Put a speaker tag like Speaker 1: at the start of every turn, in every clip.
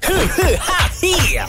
Speaker 1: 哈嘿呀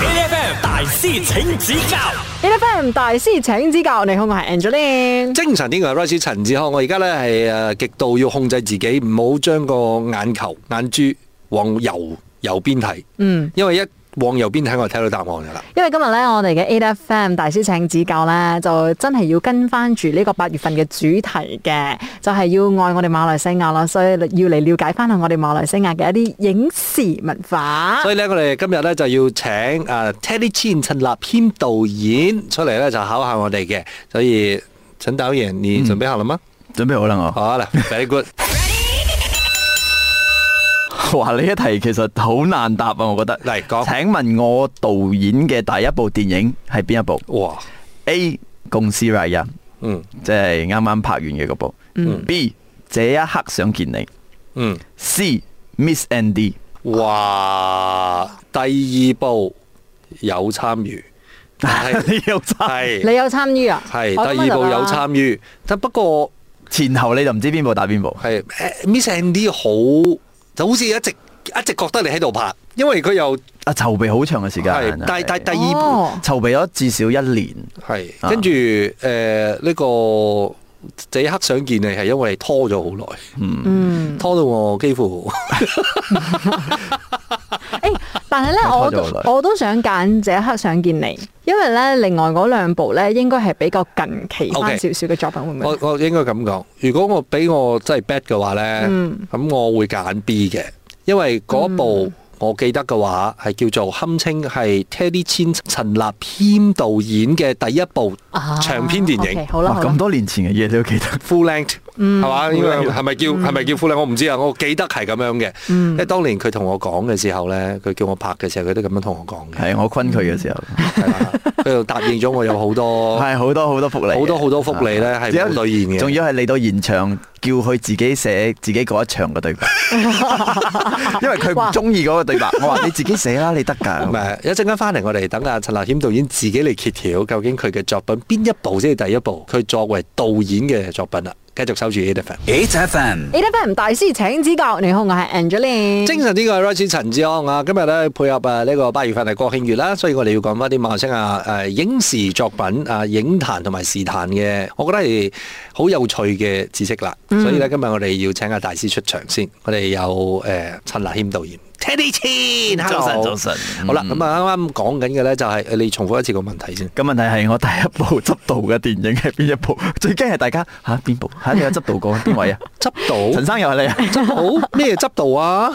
Speaker 1: ！A.F.M. 大師請指教
Speaker 2: 呢啲 friend 大師請指教，你好，我係 Angeline。
Speaker 3: 精神啲嘅 Rice 陳志康，我而家咧係誒呃極度要控制自己，唔好將個眼球眼珠往右右邊睇。嗯，因為一往右邊睇，我就睇到答案噶啦。
Speaker 2: 因為今日咧，我哋嘅 A F M 大師請指教咧，就真係要跟翻住呢個八月份嘅主題嘅，就係、要愛我哋馬來西亞啦，所以要嚟了解翻下我哋馬來西亞嘅一啲影視文化。
Speaker 3: 所以咧，我哋今日咧就要請誒 Teddy Chin 陳立軒導演出嚟咧，就考下我哋嘅。所以陳導演，你準備好了嗎？
Speaker 4: 準備好啦我。
Speaker 3: 好啦，very 啊 good。
Speaker 4: 哇！呢一題其實好難答啊，我覺得。
Speaker 3: 嚟講
Speaker 4: 請問我導演嘅第一部電影係邊一部
Speaker 3: 哇，
Speaker 4: ？A《共司 r a
Speaker 3: 嗯
Speaker 4: 即係啱啱拍完嘅嗰部。B 這一刻想見你。
Speaker 3: 嗯，
Speaker 4: C Miss and D。
Speaker 3: 哇，第二部有參與， 但係
Speaker 4: 你又猜？
Speaker 3: 係
Speaker 2: 你有參與啊？
Speaker 3: 係
Speaker 2: 我
Speaker 3: 第
Speaker 2: 今日
Speaker 3: 二
Speaker 2: 就
Speaker 3: 部有
Speaker 2: 啦
Speaker 3: 參與，但不過
Speaker 4: 前後你就唔知邊部打邊部。
Speaker 3: 係誒 Miss Andy 好就好似一直一直覺得你喺度拍，因為佢又
Speaker 4: 啊，籌備好長嘅啊時間。
Speaker 3: 係但但第二
Speaker 2: 哦
Speaker 3: 部
Speaker 4: 籌備咗至少一年。
Speaker 3: 係
Speaker 4: 啊
Speaker 3: 跟住誒呢個這一刻想見你係因為拖咗好耐，
Speaker 2: 嗯，
Speaker 3: 拖到我幾乎
Speaker 2: 誒，但係咧，我
Speaker 4: 我拖
Speaker 2: 都
Speaker 4: 咗好耐
Speaker 2: 我都想揀這一刻想見你，因為咧，另外嗰兩部咧，應該係比較近期翻
Speaker 3: OK
Speaker 2: 少少嘅作品，會唔會
Speaker 3: 我？我應該咁講。如果我俾我真係 bad 嘅話咧，咁、
Speaker 2: 嗯
Speaker 3: 我會揀 B 嘅，因為嗰部、我記得嘅話係叫做堪稱係 Teddy 千陳立軒導演嘅第一部
Speaker 2: 啊
Speaker 3: 長篇電影。
Speaker 2: OK，好啦，
Speaker 4: 哇！
Speaker 2: 好啦
Speaker 4: 咁多年前嘅嘢你都記得。
Speaker 3: full length
Speaker 4: 嗯
Speaker 3: 係嘛？應該係咪叫係咪叫 full length？我唔知啊，我記得係咁樣嘅。因
Speaker 4: 嗯
Speaker 3: 為當年佢同我講嘅時候咧，佢叫我拍嘅時候，佢都咁樣同我講嘅。
Speaker 4: 係我坤佢嘅時候。
Speaker 3: 係啦佢就答應咗我有好多
Speaker 4: 係好多好多福利嘅，啊
Speaker 3: 好多好多福利咧係冇兌現嘅
Speaker 4: 仲要係嚟到現場叫佢自己寫自己嗰一場嘅對 白，因為佢唔中意嗰個對白，我 話你自己寫啦，你得
Speaker 3: 唔
Speaker 4: 㗎。
Speaker 3: 啊係一陣間翻嚟，我哋等阿陳立謙導演自己嚟揭曉，究竟佢嘅作品邊一部先係第一部？佢作為導演嘅作品啦，繼續守住 e d i f
Speaker 1: ，HFM
Speaker 2: A F M 大師請指教，你好，我係 Angeline。
Speaker 3: 精神呢個係 Rice 陳志昂啊，今日咧配合啊呢個八月份係國慶月啦，所以我哋要講翻啲馬來西亞誒影視作品啊、影壇同埋視壇嘅，我覺得係好有趣嘅知識啦。所以咧今日我哋要請阿大師出場先，我哋有誒、呃、陳立謙導演。Teddy Chin，
Speaker 4: 嗯早晨早
Speaker 3: hello
Speaker 4: 晨嗯
Speaker 3: 好啦，咁啊啱啱講緊嘅咧就係呃你重複一次個問題先。
Speaker 4: 咁問題係我第一部執導嘅電影係邊一部？ 最驚係大家吓邊部？吓你有執導過邊位啊？
Speaker 3: 執到
Speaker 4: 陳生又係你 啊
Speaker 3: 執到咩執到啊？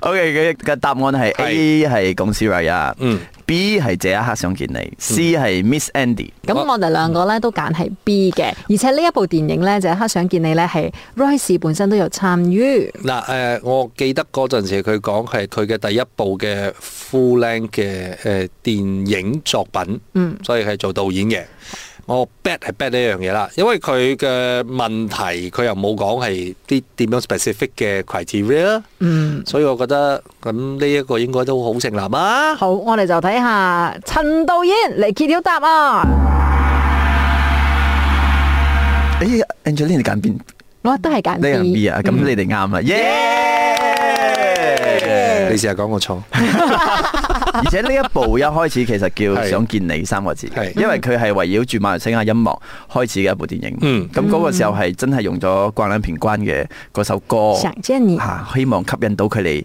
Speaker 4: ？OK，佢嘅答案係 A 係龚思睿啊
Speaker 3: 嗯
Speaker 4: ，B 係這一刻想見你，C 係 Miss Andy。
Speaker 2: 咁我哋兩個咧都揀係 B 嘅，而且呢一部電影咧就係《黑想見你》咧係 Royce 本身都有參與。
Speaker 3: 嗱誒、呃我記得嗰陣時佢講係佢嘅第一部嘅 full length 嘅誒電影作品，嗯，所以係做導演嘅。我 bet 係 bet 呢樣嘢啦，因為佢嘅問題佢又冇講係啲點樣 specific 嘅 criteria，嗯，所以我覺得咁呢一個應該都好成立啊。
Speaker 2: 好，我哋就睇下陳導演嚟揭曉答案，
Speaker 3: 嗯
Speaker 4: 誒，Angeline 你哎揀邊？
Speaker 2: 我都係揀
Speaker 4: 呢樣 B
Speaker 2: B。
Speaker 4: 啊，咁你哋啱啦，耶！
Speaker 3: 你試下講我錯，
Speaker 4: 而且呢一部一開始其實叫
Speaker 3: 係
Speaker 4: 《想見你》三個字
Speaker 3: 係
Speaker 4: 嘅，因為佢係嗯圍繞住馬來西亞音樂開始嘅一部電
Speaker 3: 嗯
Speaker 4: 影。咁嗰個時候係真係用咗《關兩片關》嘅嗰首歌。
Speaker 2: 想見你
Speaker 4: 嚇希望吸引到佢哋誒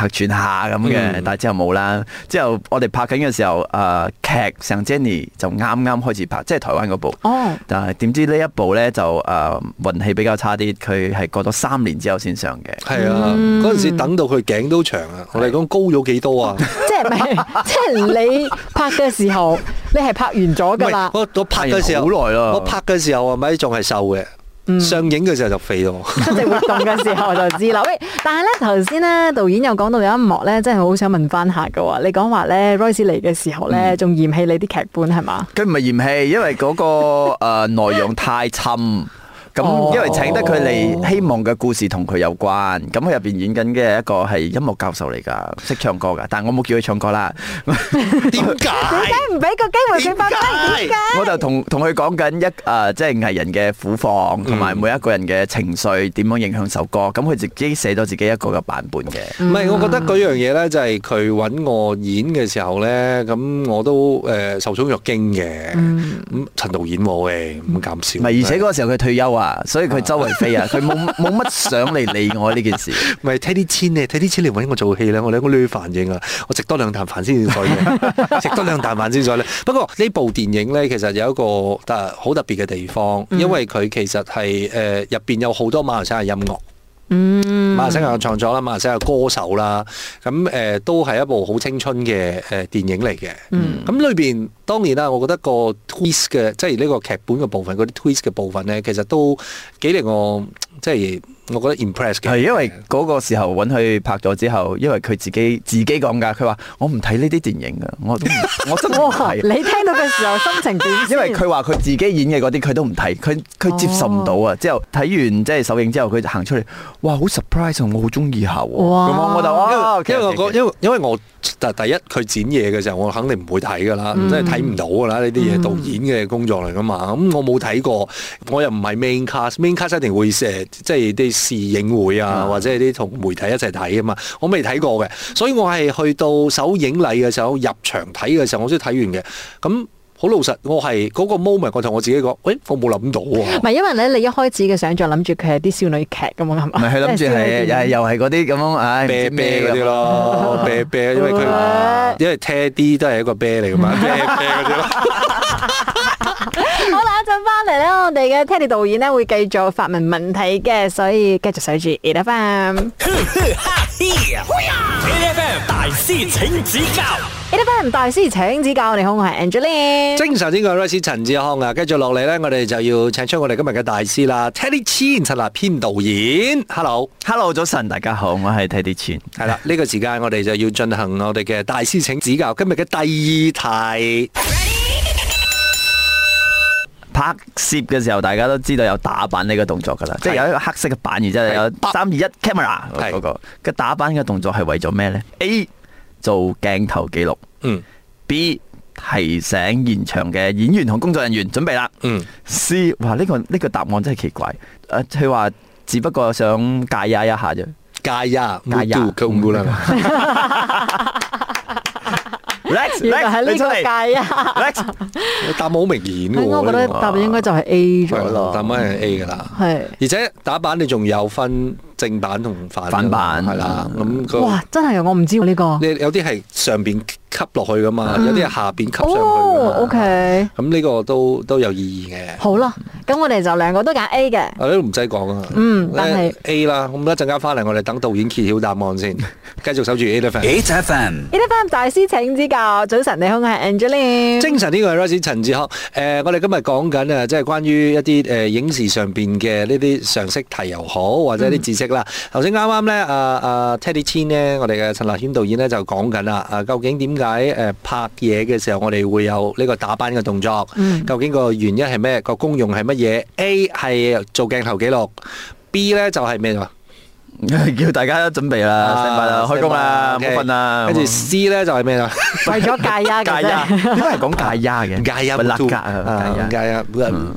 Speaker 4: 客串下咁嘅，嗯但係之後冇啦。之後我哋拍緊嘅時候，誒、劇《上 Jenny》就啱啱開始拍，即係台灣嗰部。
Speaker 2: 哦，
Speaker 4: 但係點知呢一部呢，就誒、運氣比較差啲，佢係過咗三年之後先上嘅。
Speaker 3: 係啊，嗰陣時等到佢頸都長啊，我哋講高咗幾多啊？
Speaker 2: 即係唔係？即係你拍嘅時候，你係拍完咗㗎啦
Speaker 3: 唔係，。我我拍嘅時候
Speaker 4: 拍完哎好耐啦嗯
Speaker 3: 我拍嘅時候係咪仲係瘦嘅？上映嘅時候就 肥咗。
Speaker 2: 出席活動嘅時候就知啦。喂，但係咧頭先咧導演又講到有一幕咧，真係好想問翻下嘅喎。你講話咧 Royce 嚟嘅時候咧，仲嫌棄你啲劇本係嘛？
Speaker 4: 呃佢唔係嫌棄，因為嗰、個誒內容太沉。
Speaker 2: 哦
Speaker 4: 咁因為請得佢嚟，希望嘅故事同佢有關。咁佢入邊演緊嘅一個係音樂教授嚟㗎，識唱歌㗎，但我冇叫佢唱歌啦。
Speaker 3: 點解？
Speaker 2: 唔俾個機會佢發揮，點解？
Speaker 4: 我就同同佢講緊一誒、呃即係藝人嘅苦
Speaker 2: 嗯
Speaker 4: 況，同埋每一個人嘅情緒點樣影響首歌。咁佢自己寫咗自己一個嘅版本嘅。
Speaker 3: 唔係，我覺得嗰樣嘢咧，就係佢揾我演嘅時候咧，咁我都誒、呃受寵若驚嘅。咁陳導演喎，喂，咁減少。
Speaker 4: 嗯唔係，而且嗰個時候佢退休啊，所以佢周圍 飛啊，佢冇冇乜想嚟理我呢件事。
Speaker 3: 唔係睇啲錢咧，睇啲錢嚟揾我做戲咧，我兩個女反應啊！我食多兩啖飯先至再嘅， 食多兩啖飯先再咧。不過呢部電影咧，其實有一個特好特別嘅地方，因為佢其實係誒入邊有好多馬來西亞音樂。嗯，馬來西亞嘅創作啦，馬來西亞歌手啦，咁誒、呃都係一部好青春嘅誒、呃、電影嚟嘅。嗯，咁裏邊當然啦，我覺得個 twist 嘅，即係呢個劇本嘅部分，嗰啲 twist 嘅部分咧，其實都幾令我即係我覺得 impress 嘅。
Speaker 4: 係因為嗰個時候揾佢拍咗之後，因為佢自己自己講㗎，佢話我唔睇呢啲電影㗎，我都唔我真係唔
Speaker 2: 哇！
Speaker 4: 睇。啊
Speaker 2: 你聽到嘅時候心情點先？
Speaker 4: 因為佢話佢自己演嘅嗰啲佢都唔睇，佢佢接受唔到啊！之後睇完即係首映之後，佢行出嚟，哇！好 surprise 啊！我好中意下喎，
Speaker 2: 哇
Speaker 4: 咁我就
Speaker 3: 因為
Speaker 4: 啊，
Speaker 3: 因為我覺
Speaker 4: 覺
Speaker 3: 因為因為我第第一佢剪嘢嘅時候，我肯定唔會睇噶啦，真係睇唔到噶啦呢啲嘢，導演嘅工作嚟噶嘛。咁我冇睇過，我又唔係 main cast，main cast 一定會誒，即係啲試映會啊，或者係啲同媒體一齊睇噶嘛。我未睇過嘅，所以我係去到首映禮嘅時候，入場睇嘅時候，我先睇完嘅。咁好老實，我係嗰個 moment，我同我自己講，喂，我冇諗到喎
Speaker 2: 唔。係因為咧，你一開始嘅想像諗住佢係啲少女劇咁樣係
Speaker 4: 唔
Speaker 2: 嘛？
Speaker 4: 係佢諗住
Speaker 2: 即少女
Speaker 4: 係又
Speaker 2: 電
Speaker 4: 係
Speaker 2: 影
Speaker 4: 又係嗰啲咁樣，唉，唔
Speaker 3: 啤
Speaker 4: 知
Speaker 3: 啤
Speaker 4: 咩
Speaker 3: 嗰啲
Speaker 4: 咁
Speaker 3: 咯，啤啤，因為佢因為 Teddy 都係一個啤嚟噶 嘛，啤啤嗰啲咯。
Speaker 2: 好啦，一陣翻嚟咧，我哋嘅 Teddy 導演咧會繼續發問問題嘅，所以繼續守住 E F M。
Speaker 1: A F M 大師請指教
Speaker 2: E F M 大師請指教，你好，我係 Angeline。
Speaker 3: 精神呢個 r i 陳志康啊，跟住落嚟咧，我哋就要請出我哋今日嘅大師啦，Teddy Chin 陳立編導演，Hello，
Speaker 4: Hello，早晨，大家好，我係 Teddy 錢。
Speaker 3: 係啦，呢個時間我哋就要進行我哋嘅大師請指教今日嘅第二題，
Speaker 4: 拍攝嘅時候，大家都知道有打板呢個動作㗎啦，即係有一個黑色嘅板，然之後
Speaker 3: 係
Speaker 4: 有三二一 camera
Speaker 3: 係
Speaker 4: 嗰個嘅打板嘅動作係為咗咩呢 a 做鏡頭記錄
Speaker 3: 嗯
Speaker 4: ，B 提醒現場嘅演員同工作人員準備啦。
Speaker 3: 嗯，
Speaker 4: C 哇，呢、個呢、個答案真係奇怪。誒、佢話只不過想戒壓一下啫。
Speaker 3: 加呀，
Speaker 4: 加呀
Speaker 3: 佢唔會啦，
Speaker 4: Rex，
Speaker 2: 原來
Speaker 4: Rex，
Speaker 2: 係呢
Speaker 4: 你出
Speaker 2: 個
Speaker 4: 嚟。
Speaker 2: 界啊！
Speaker 4: Rex，
Speaker 3: 答案好明顯
Speaker 2: 係
Speaker 3: 喎，
Speaker 2: 我覺得
Speaker 3: 呢個
Speaker 2: 答案嗯應該就係 A
Speaker 3: 係
Speaker 2: 咗
Speaker 3: 啦答
Speaker 2: 咯。
Speaker 3: 案係 A 噶啦，
Speaker 2: 係
Speaker 3: 而且打板你仲有分正版同反
Speaker 4: 反版
Speaker 3: 係啦，咁個
Speaker 2: 哇，真係我唔知喎呢個。
Speaker 3: 你有啲係上邊吸落去噶嘛，有啲係下邊吸上去㗎嘛
Speaker 2: 啊哦，OK，
Speaker 3: 咁呢個都都有意義嘅。
Speaker 2: 好啦，咁我哋就兩個都揀 A 嘅。
Speaker 3: 我都唔使講啊。
Speaker 2: 嗯但係
Speaker 3: 咧 A 啦，咁一陣間翻嚟，我哋等導演揭曉答案先。繼續守住 A 啦
Speaker 1: ，H F M
Speaker 2: E F M 大師請指教，早晨你好，我係 Angeline。
Speaker 3: 精神呢個係 Rosie 陳志康。誒、我哋今日講緊啊，即係關於一啲誒、影視上邊嘅呢啲常識題又好，或者啲知識啦。頭先啱啱咧，啊啊 Teddy Chin 咧，我哋嘅陳立軒導演咧就講緊啦，啊究竟點解誒拍嘢嘅時候我哋會有呢個打板嘅動作？究竟個原因係咩？個功用係乜嘢？A 係做鏡頭記錄，B 咧就係咩話？
Speaker 4: 叫大家準備啦，
Speaker 3: 啊
Speaker 4: 星拜啦，開工啦，唔好
Speaker 3: OK
Speaker 4: 瞓啦。啊
Speaker 3: 跟住 C 咧就係咩啦？
Speaker 2: 為咗戒 啊，
Speaker 4: 戒
Speaker 2: 嘅
Speaker 4: 呀，
Speaker 2: 啫。
Speaker 4: 點解係講戒呀嘅？
Speaker 3: 戒啊，
Speaker 4: 咪勒
Speaker 3: 冇
Speaker 4: 格
Speaker 3: 啊
Speaker 4: 啊，，
Speaker 3: 唔
Speaker 4: 戒
Speaker 3: 戒
Speaker 4: 呀。
Speaker 3: 啊，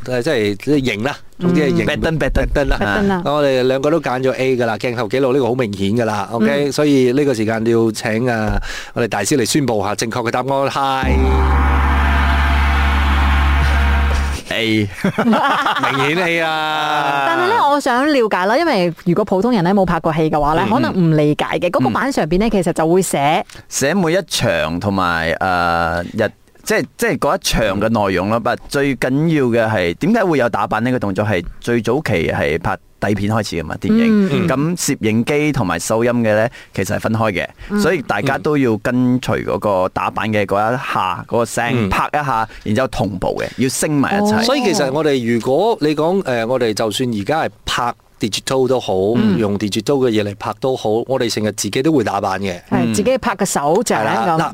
Speaker 3: 誒即係即係型啦，總之係型。
Speaker 4: 拜登拜登
Speaker 3: 登啦，
Speaker 2: 拜登啦
Speaker 3: 啊我哋兩個都揀咗 A 噶啦，鏡頭記錄呢個好明顯噶啦，OK，所
Speaker 2: 嗯
Speaker 3: 以呢個時間要請啊我哋大師嚟宣佈下正確嘅答案 係
Speaker 4: A
Speaker 3: 明啊顯 A 啦。
Speaker 2: 但係咧，我想了解啦，因為如果普通人咧冇拍過戲嘅
Speaker 3: 嗯
Speaker 2: 話咧，可能唔理解嘅。嗰個版上邊咧，其實就會寫
Speaker 4: 寫每一場同埋誒日。即係即係嗰一場嘅內容啦，但最緊要嘅係點解會有打板呢個動作係最早期係拍底片開始嘅嘛，電影。咁、攝影機同埋收音嘅呢，其實係分開嘅，所以大家都要跟隨嗰個打板嘅嗰一下嗰、個聲、
Speaker 3: 嗯
Speaker 4: 拍一下，然之後同步嘅，要升埋一
Speaker 2: 哦
Speaker 4: 齊。
Speaker 3: 所以其實我哋如果你講誒、呃我哋就算而家係拍 digital 都好，
Speaker 2: 嗯
Speaker 3: 用 digital 嘅嘢嚟拍都好，我哋成日自己都會打板嘅。
Speaker 2: 係自己拍嘅手掌
Speaker 3: 嗯係啦，嗱
Speaker 2: 咁。，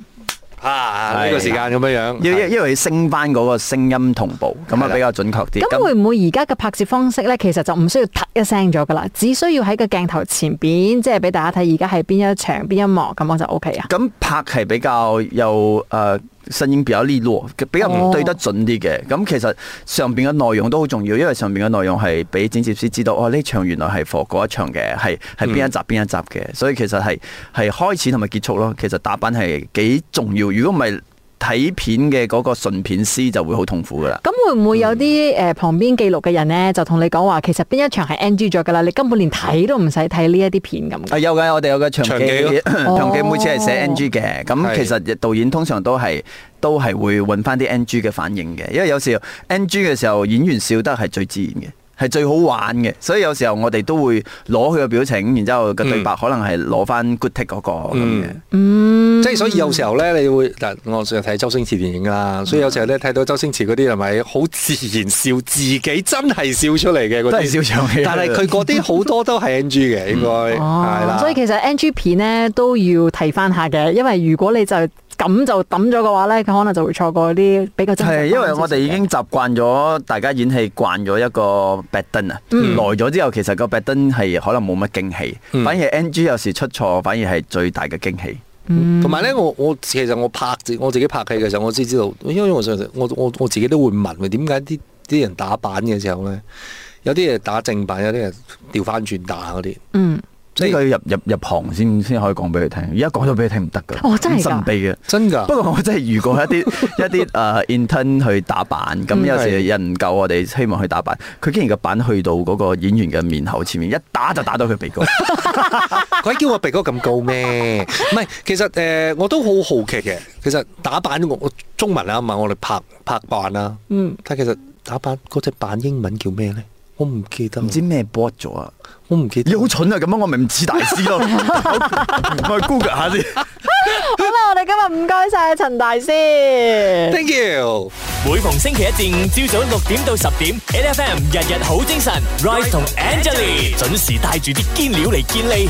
Speaker 3: 啊呢個時間咁樣樣，
Speaker 4: 因因因為升翻嗰個聲音同步，咁
Speaker 3: 係
Speaker 4: 啊
Speaker 3: 啦
Speaker 4: 比較準確啲。
Speaker 2: 咁會唔會而家嘅拍攝方式咧，其實就唔需要突一聲咗噶啦，只需要喺個鏡頭前邊，即係俾大家睇而家係邊一場邊一幕，咁我就 O K 啊。
Speaker 4: 咁拍係比較有誒聲音比較利落，比較
Speaker 2: 哦
Speaker 4: 對得準啲嘅。咁、其實上邊嘅內容都好重要，因為上邊嘅內容係俾剪接師知道，哦呢場原來係 for 嗰一場嘅，係
Speaker 3: 嗯
Speaker 4: 係邊一集邊一集嘅。所以其實係係開始同埋結束咯。其實打板係幾重要，如果唔係睇片嘅嗰個順片師就會好痛苦噶啦。
Speaker 2: 咁會唔
Speaker 4: 嗯
Speaker 2: 會有啲誒旁邊記錄嘅人咧，就同你講話，其實邊一場係 NG 咗噶啦，你根本連睇都唔使睇呢一啲片咁㗎。
Speaker 4: 啊有嘅，我哋有嘅長
Speaker 3: 長記咯
Speaker 4: 記， 長記每次係寫 NG 嘅，
Speaker 3: 係
Speaker 4: 咁其實導演通常都係都係會揾翻啲 NG 嘅反應嘅，因為有時候 NG 嘅時候演員笑得係最自然嘅。係最好玩嘅，所以有時候我哋都會攞佢嘅表情，然之後個
Speaker 3: 嗯
Speaker 4: 對白可能係攞翻 good take 嗰個咁嘅。
Speaker 2: 嗯
Speaker 3: 即係所以有時候咧，你會嗱，我成日睇周星馳電影
Speaker 2: 嗯
Speaker 3: 啦，所以有時候咧睇到周星馳嗰啲係咪好自然笑，自己真係笑出嚟嘅嗰
Speaker 4: 都
Speaker 3: 啲
Speaker 4: 係笑場戲
Speaker 3: 但係佢嗰啲好多都係 NG 嘅，應該係
Speaker 2: 哦
Speaker 3: 啦，。
Speaker 2: 所以其實 NG 片咧都要睇翻下嘅，因為如果你就咁就抌咗嘅話咧，佢可能就會錯過啲比較真 實
Speaker 4: 係，因為
Speaker 2: 翻少
Speaker 4: 我
Speaker 2: 少
Speaker 4: 哋
Speaker 2: 嘅
Speaker 4: 已經習慣咗，大家演戲慣咗一個 b a d 啊，耐咗之後，其實個 b a d 係可能冇乜驚喜，
Speaker 3: 嗯
Speaker 4: 反而 NG 有時出錯，反而係最大嘅驚喜。
Speaker 3: 同埋咧，我我其實我拍自我自己拍戲嘅時候，我先知道，因為我上我我我自己都會問嘅，點解啲啲人打板嘅時候咧，有啲人打正版，有啲人調翻轉打嗰啲，
Speaker 2: 嗯，
Speaker 3: 即
Speaker 4: 呢
Speaker 3: 係
Speaker 4: 個要入入入行先先可以講俾佢聽，而家講咗俾佢聽唔得㗎，
Speaker 2: 哦真係㗎
Speaker 4: 咁神秘嘅。
Speaker 3: 真㗎。
Speaker 4: 不過我真係遇過一 啲一啲誒 intern 去打板，咁有時人唔夠，我哋希望去打板，佢竟然個板去到嗰個演員嘅面口前面，一打就打到佢鼻 哥。
Speaker 3: 鬼叫我鼻哥咁高咩？唔係，其實誒、呃我都好好奇嘅。其實打板我我中文啊嘛，我哋拍拍板啦。
Speaker 2: 嗯，
Speaker 3: 但其實打板嗰隻板英文叫咩咧？我唔記得啦，
Speaker 4: 唔知咩 b o 咗啊！
Speaker 3: 我唔記得
Speaker 4: 咦，。好蠢啊！咁樣我咪唔似大師 咯。我去 Google 下先。
Speaker 2: 好啦，我哋今日唔該晒陳大師。
Speaker 3: Thank you。
Speaker 1: 每逢星期一至五朝早六點到十點，N F M 日日好精神，Rise 同 Angelie 準時帶住啲堅料嚟健利。